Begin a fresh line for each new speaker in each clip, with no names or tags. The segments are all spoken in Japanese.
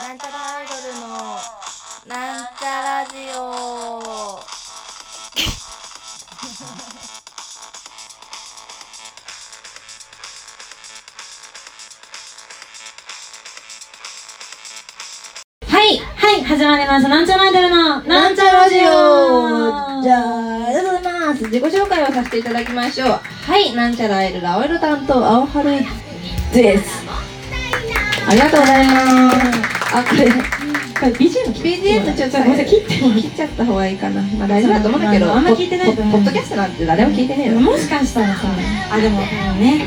なんちゃらアイドルのなんちゃラジオ
はい、はい、始まりました。なんちゃらアイドルの、
なんちゃラジオじ
じゃあ、
ゃあ、ありがとうございます。自己紹介をさせていただきましょう。はい、なんちゃらアイドル、青色担当、青春です。ありがとうございます。あ、これ、
これ BGM 聞
BGM ちょっと
ごめんなさい、切っても
切っちゃった方がいいかな。まあ大丈夫だと思うんだけど、
あんま聞いてない
ポポポッドキャストなんて誰も聞いてねえよ。
もしかしたらさ、あ、でも、ね。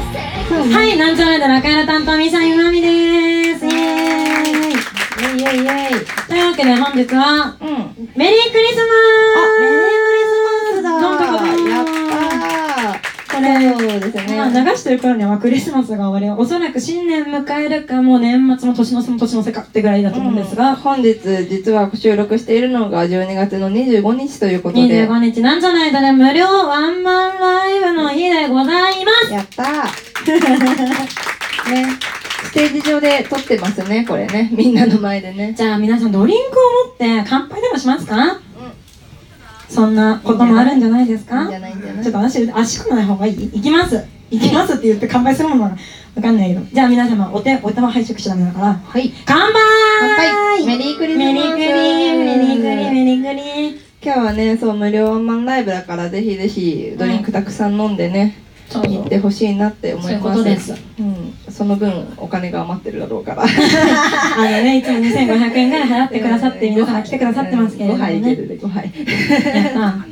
はい、なんちゃらアイドル赤色担当、みさゆまみです。イエーイ。
イェイイェイイェイ。
というわけで本日は、
うん。あ、メリークリ
メリークリスマ
スマスだ
なんかこの
やったー。これ、そうです
ス
ね。
まあ流してる頃にはクリスマスが終わりおそらく新年迎えるかもう年末も年の瀬も年の瀬かってぐらいだと思うんですが、
本日実は収録しているのが12月の25日ということでや
25日なんじゃないとね無料ワンマンライブの日でございま
っ
す
たーねステージ上で撮ってますねこれねみんなの前でね
じゃあ皆さんドリンクを持って乾杯でもしますか、そんなこともあるんじゃないです
いいん
か
じゃないんじゃ
ちょ
な
っ
い
と足足組まない方がいい行きます行きますって言って乾杯するものがわかんないけどじゃあ皆様お手お手は拝借しちゃダメだから
はい
乾杯
乾杯メリークリスマス
メリークリメリークリメリークリ
今日はねそう無料ワンマンライブだからぜひぜひドリンクたくさん飲んでね、
そう
行ってほしいなって思います
そういうことです
うん、その分お金が余ってるだろうから
あのねいつも2500円ぐらい払ってくださって皆様来てくださってますけれども
5杯いけ
ね
るで5杯
やった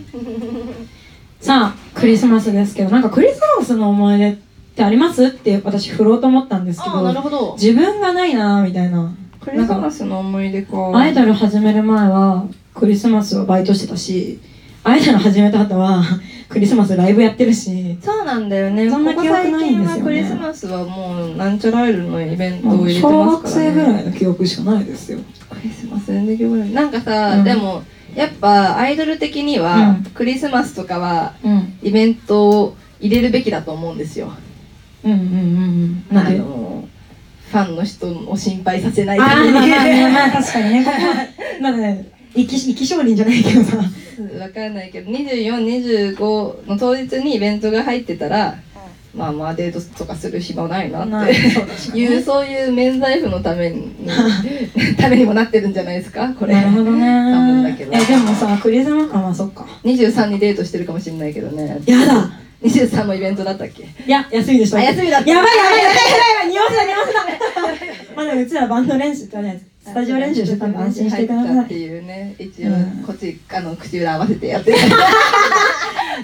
さあクリスマスですけどなんかクリスマスの思い出ってありますって私振ろうと思ったんですけど
ほど
自分がないなーみたいな
クリスマスの思い出か
アイドル始める前はクリスマスはバイトしてたしアイドル始めた後はクリスマスライブやってるし
そうなんだよね。
そんな記憶ないん
こ
ですよね
こ最近はクリスマスはもうなんちゃらアイドルのイベントを入れて
小
ま
学
すから、ね。
生ぐらいの記憶しかないですよ
クリスマス全然記憶ない。なんかさ、
うん
でもやっぱアイドル的には、
うん
クリスマスとかは
うん
イベントを入れるべきだと思うんですよ。
うんうんうんうん
あ
なんで
のファンの人を心配させない
あ
ため
ー
に。
まあまあまあ
わ、
まあ確かにねここはなんでね生き生き証人じゃないけどさ
かんないけど、24、25の当日にイベントが入ってたら、まあまあデートとかする暇ないな
ま
っ
あ
て。
そうだし
いうそういう免罪符のため にためにもなってるんじゃないですかこれ
なるほどね
多分だけど
えでもさクリスマスあまあそっか
23にデートしてるかもしれないけどね
やだ
23もイベントだったっけ
いや休みでした
あ休みだった
やばいやばいやばいやばいやばい匂わせだ匂わせだまだうちらバンド練習ってねスタジオ練習してたんで安心してくだ
入っ
さ
たって
い
いうね一応
うん
こっちあの口裏合わせてやってる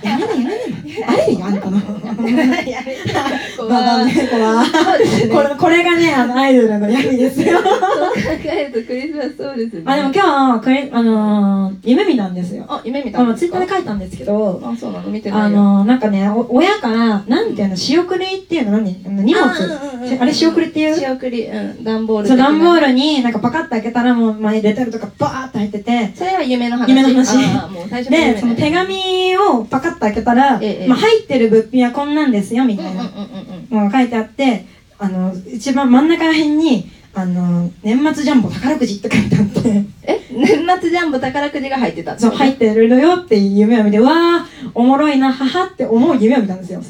やめなやめなあれやんかな
ここ
まだ
は
ねこは
そうですね
これこれがねあのアイドルの闇ですよ
そう考えるとクリスマスそうですね
あでも今日これあのー夢見たんですよ
あ夢見た
あ
ん
の
で
ツイ
す
ッ
か
ターで書いたんですけど
あそうなの見てな
あ
いよ
のなんかねお親からなんていうの仕送りっていうの何あの荷物
あうんうんうん
あれ仕送りっていう
仕送りうん段ボール
そう
的な
段ボールになんかパカッと開けたらもう前レタルとかバーッと入ってて
それは夢の話
夢の話
あーもう最初の夢
でその手紙をパカッと開けたら、
ええ
まあ、入ってる物品はこんなんですよみ
う
た
んう
い
んう
なん
うんうん
ものが書いてあってあの一番真ん中ら辺にあの年末ジャンボ宝くじって書いてあって
え年末ジャンボ宝くじが入ってたって
そう入ってるのよっていう夢を見てうわーおもろいな母って思う夢を見たんで すよ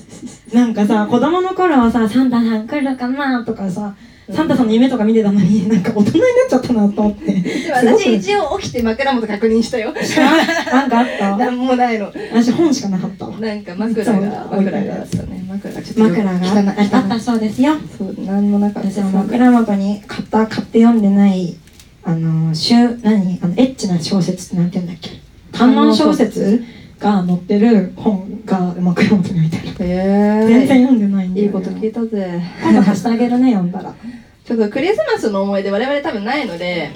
なんかさ子供の頃はさサンタさん来るかなとかさサンタさんの夢とか見てたのになんか大人になっちゃったなと思って
です
ごく
私一応起きて枕元確認したよ
あなんかあった
なんもないの
私本しかなかったわ
なんか枕が
そう置いて
枕
ある
があったね枕がちょっと
枕が
汚い
あったそうですよ
汚いそうなんもなかった
私は枕元に買った買って読んでないあのしゅ何あのエッチな小説ってなんて言うんだっけ観音小説が載ってる本が枕元に置いてある
へえ
全然読んでないんだ
い
よ
いこと聞いたぜ
今度貸してあげるね読んだら
ちょっとクリスマスの思い出我々多分ないので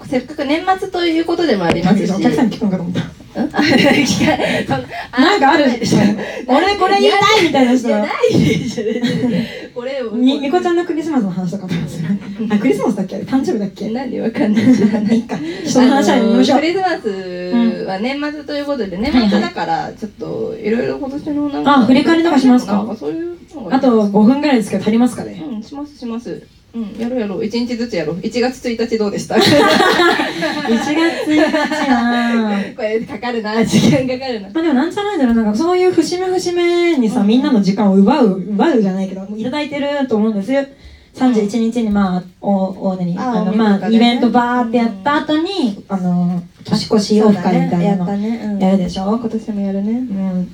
うんせっかく年末ということでもありますし
お客さんに聞くんかと思った
ん あ聞かないそんあ
なんかあるでしょ俺これ言いたいみたいない人
やないでしょ別にこれを
みみこちゃんのクリスマスの話とかどうするあクリスマスだっけあれ誕生日だっけ
なんでわかんない知らない
か人の話はやめましょ
あの
う
クリスマスは年末ということで、年末だから、ちょっと、いろいろ今年のなんか。
あ振り返りとかしますか
なんそういうのがいい
あと5分ぐらいですけど足りますかね
うん、しますします。うん、やろうやろう。一日ずつやろう。1月1日どうでしたこ
1月1日は
れかかるな、時間かかるな。
まあでもなんちゃらアイドルなんかそういう節目節目にさ、みんなの時間を奪う、奪うじゃないけど、もういただいてると思うんですよ。31日にまあ、お、お、何
あ
あの、
おみ
ま
とか
あ、
ね
イベントバーってやった後に、あの、年越しオフ会みたいなの
ね。
やるでしょ
今年もやるね。
うん。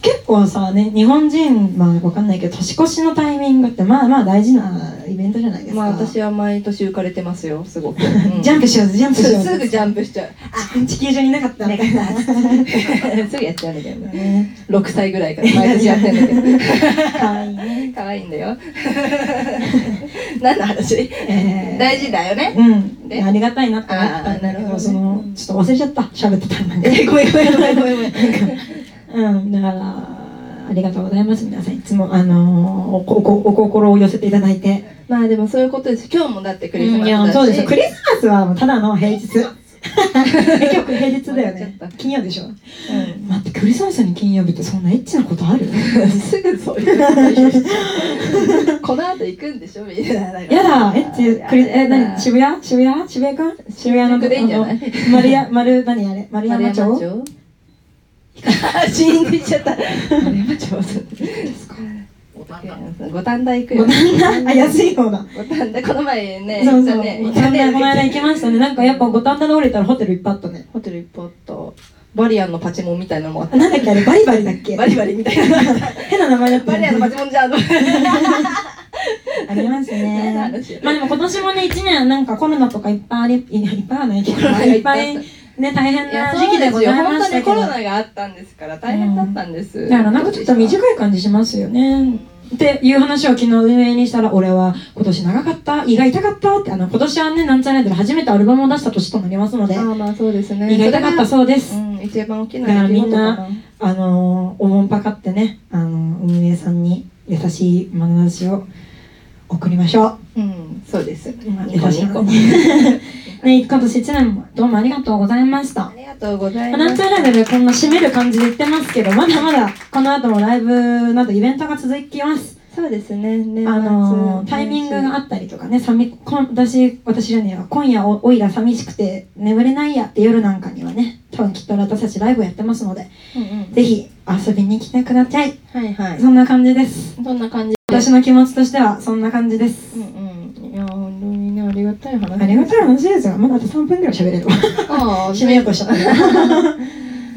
結構さ、ね、日本人、まあわかんないけど、年越しのタイミングってまあまあ大事なイベントじゃないですか。
まあ私は毎年浮かれてますよ、すごく。うん
ジャンプしようぜ、ジャンプしよう
す
ぜ。
ぐジャンプしちゃう。
地球上になかったみたいな。
すぐやっちゃうんだけどね。6歳ぐらいから毎年やってんだけど。
かわいいね。
可愛いんだ よ。何の話
えー
大事だよね。
うん、
で
ありがたいなって思ったんだけ
あーなるほど
ど、
ね
そのちょっと忘れちゃった喋って たなんか
え、ごめんごめんごめんごめんごめん。
うんだからありがとうございます皆さんいつもあのーおこおこお心を寄せていただいて、
まあでもそういうことです。今日もだってク
う
リスマスだ
ん、い
し。
やそうですよクリスマスはもうただの平日 え今日平日だ
忘
よ
れ
ね
ちゃった
金曜でしょ
うん
待ってクリスマスに金曜日ってそんなエッチなことある
すぐそういう話しちゃうこの後行くんでしょみんなだから
やだエッチクリえ何渋谷渋谷渋谷か渋谷の
新宿でいいんじゃない
あの丸や丸何あれ丸
丸
山
山
町
町あ死んでいっちゃった丸山 町五反田行くよ
あ安い方だ
五反田この前ね
そう
行
そ
った
う。五
ね行った
反田この間行
ね
きましたね。なんかやっぱ五反田で降りたらホテルいっぱいあったね。
ホテルいっぱいあったバリアンのパチモンみたいなのもあっ
あなんだっけあれバリバリだっけ
たバリバリみたいな
変な名前だった
バ
よ
リアンのパチモンじゃ ん
あります
変な
ね
話。
まあでも今年もね、一年なんかコロナとかいっぱいあり、いいっぱいはないけど、いっぱいね、大変
いや
な
そ
時
う
期
で
ですご
よ
ざい
本
ま
当
し
に
た
コ
け
ロ
ど。
ナがあったんですから大変だったんです、
だからなんかちょっと短い感じしますよね。っていう話を昨日運営にしたら、俺は今年長かった、胃が痛かったって、あの、今年はね、なんちゃらアイドル初めてアルバムを出した年となりますので、
ああまあそうですね
胃が痛かったそうです
う。ん、一番大き
だか
な
ら
出来
み
事
ん
か
な
な。
あのーおもんぱかってね、あのー運営さんに優しい眼差しを送りましょ
うん、そうです。
う。まあ
ニコニコ
優 しいね、今年一年もどうもありがとうございまし
あ
た。
りがとうございま
なん
す
ち。ゃらでこんな締める感じで言ってますけど、まだまだこの後もライブなどイベントが続きます。
そうですね。年末
あのータイミングがあったりとかね、寂こん私、私じゃねえわ、今夜おおいら寂しくて眠れないやって夜なんかにはね、多分きっと私たちライブやってますので、
うんうん
ぜひ遊びに来てください。
はいはい。
そんな感じです。
そんな感じ。
私の気持ちとしてはそんな感じです。
うんうん。いや、本当にね、ありがたい話。
ありがたい話ですが、まだあと3分ぐらい喋れるわ。
ああ、
締めよう としちゃった。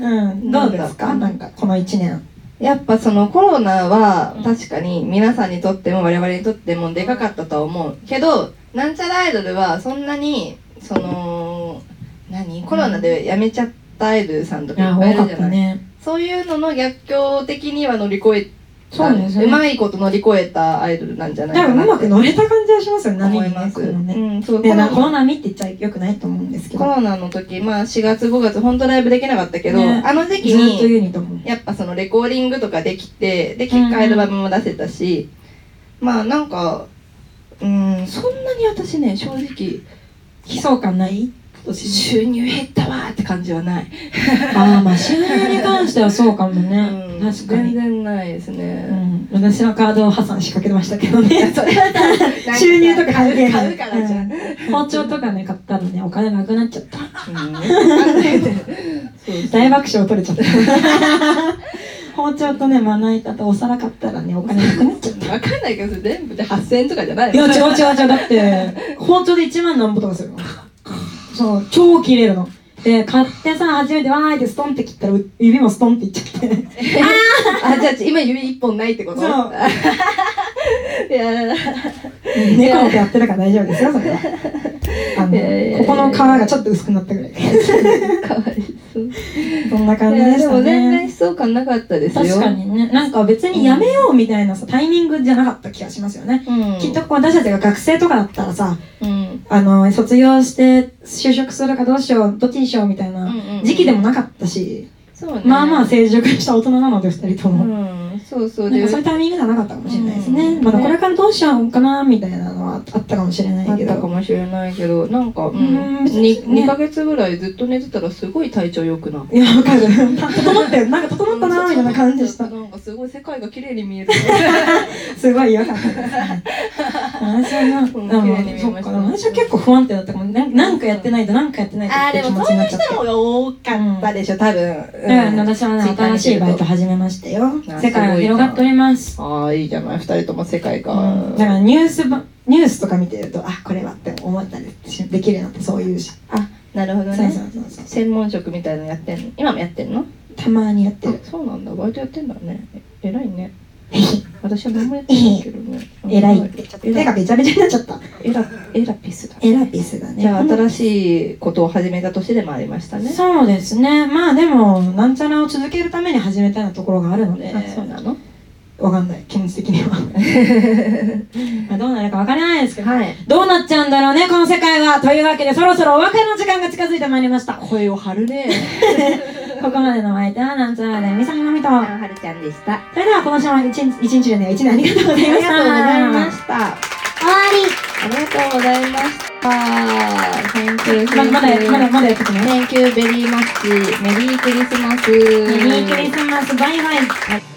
うん、どうですかなんか、この1年。
やっぱそのコロナは
うん
確かに皆さんにとっても我々にとってもでかかったとは思うけどなんちゃらアイドルはそんなにその何コロナで辞めちゃったアイドルさんとかいっぱいいるじゃない
ね。
そういうのの逆境的には乗り越えた
そうですね
まいこと乗り越えたアイドルなんじゃないか
多
な
分うまく
っ
乗れた感じはしますよね、
て思
波
い
に
ま
ね。
す。
このね。
うん、そうコ
で、
ロ
な
ナ
この波って言っちゃよくないと思うんですけ
コ
ど。
ロナの時、まあ4月5月本当ライブできなかったけど、
ね
あの時期
ずっと
に
ユニとも。
やっぱそのレコーディングとかできて、で結
うん
果アルバムも出せたし、まあなんか、うん、そんなに私ね、正直、
悲壮感ない
収入減ったわーって感じはない。
ああ、まあ収入に関してはそうか
う
もね。
ん
確か
全
に。
然ないです
う
ね。
ん、私のカードを破産しかけてましたけどね。
それはさ
収入とか関係な
買
いう
からじゃん。
包丁とかね買ったらねお金なくなっちゃった
だ
大
いぶ
爆笑取れちゃった 包丁とねまな板とお皿買ったらねお金なくなっちゃっ
わかんないけど全部で8000円とかじゃない
たいや違う違う違うだって包丁で1万何ぼとかするのそう超切れるので買ってさ初めてわーいってストンって切ったら指もストンっていっちゃって
あじゃあ今指一本ないってこと
そう
いや
猫の手やってたから大丈夫ですよそれは
い
あ
やいやいや
のここの皮がちょっと薄くなったぐらい
かわいそう
そんな感
い
じで
や
し
で
た
も全然
ね
悲壮感なかったですよ
確かにねなんか別にやめようみたいなさタイミングじゃなかった気がしますよね
うん
きっと私たちが学生とかだったらさ、
うん
あの、卒業して就職するかどうしよう、どっちにしようみたい
うん
な
うんうん
時期でもなかったし、
そうね
まあまあ成熟した大人なので、二人とも。
うんそうそう
なん
で
かそういうタイミングじゃなかったかもしれないです
う
ね。
ん
まだこれからどうしようかな、みたいなのはあったかもしれな
あ
い
っ
け
たか
ど。
もしれないけどなんか、うん
うん
に
ね
2ヶ月ぐらいずっと寝てたらすごい体調良くなっ
いや、わかる。 整って、なんか整ったな、みたいな感じでした。
なんかすごい世界が綺麗に見える
すごい良かったですね。私はな、
うん
でも
綺麗に見え
そっ
まし
か、
た
でも私は結構不安定だったかも。なんなんかやってないと、なんかやってないと
あ
っ
あ
て
で
気持
も
ち
そう
に
い
な
う
っち
人
ゃって
の。方が多かったでしょ多分、
うん、私はね、
Twitter に
新しいバイト
してる
始めましたよ。
あ
世界は広がっております。
とああいいじゃない二人とも世界
う
が、
んだからニュースば、ニュースとか見てると、あ、これはって思ったりしできるのってそういうし。
あなるほど
そう
ね
そうそうそう。
専門職みたいなのやってんの今もやってんの
たまにやってる。
そうなんだバイトやってんだねえ偉いね私は何もやってないけど ね
偉いって。手がべちゃべちゃになっちゃった。
エラエラピスだ
エラピスだね。
じゃあ新しいことを始めた年でもありましたね
そうですね。まあでも、なんちゃらを続けるために始めたようなところがあるので、
あそうなの
わかんない。気持ち 的には。まあどうなるかわからないですけど、
はい
どうなっちゃうんだろうね、この世界は。というわけで、そろそろお別れの時間が近づいてまいりました。こ
声を張るね
こまでのお相手は、なんちゃらで、みさみまみと。
あはるちゃんでしたあ
それでは、この週は一日、一日でね、一年ありがとうございま
り
した。
がとうございました
終わ
ありがとうございました。Thank you.
り。ままだ、まだ、まだやっててね。
Thank you very much. メリークリスマス。
メリークリスマス、バイバイ。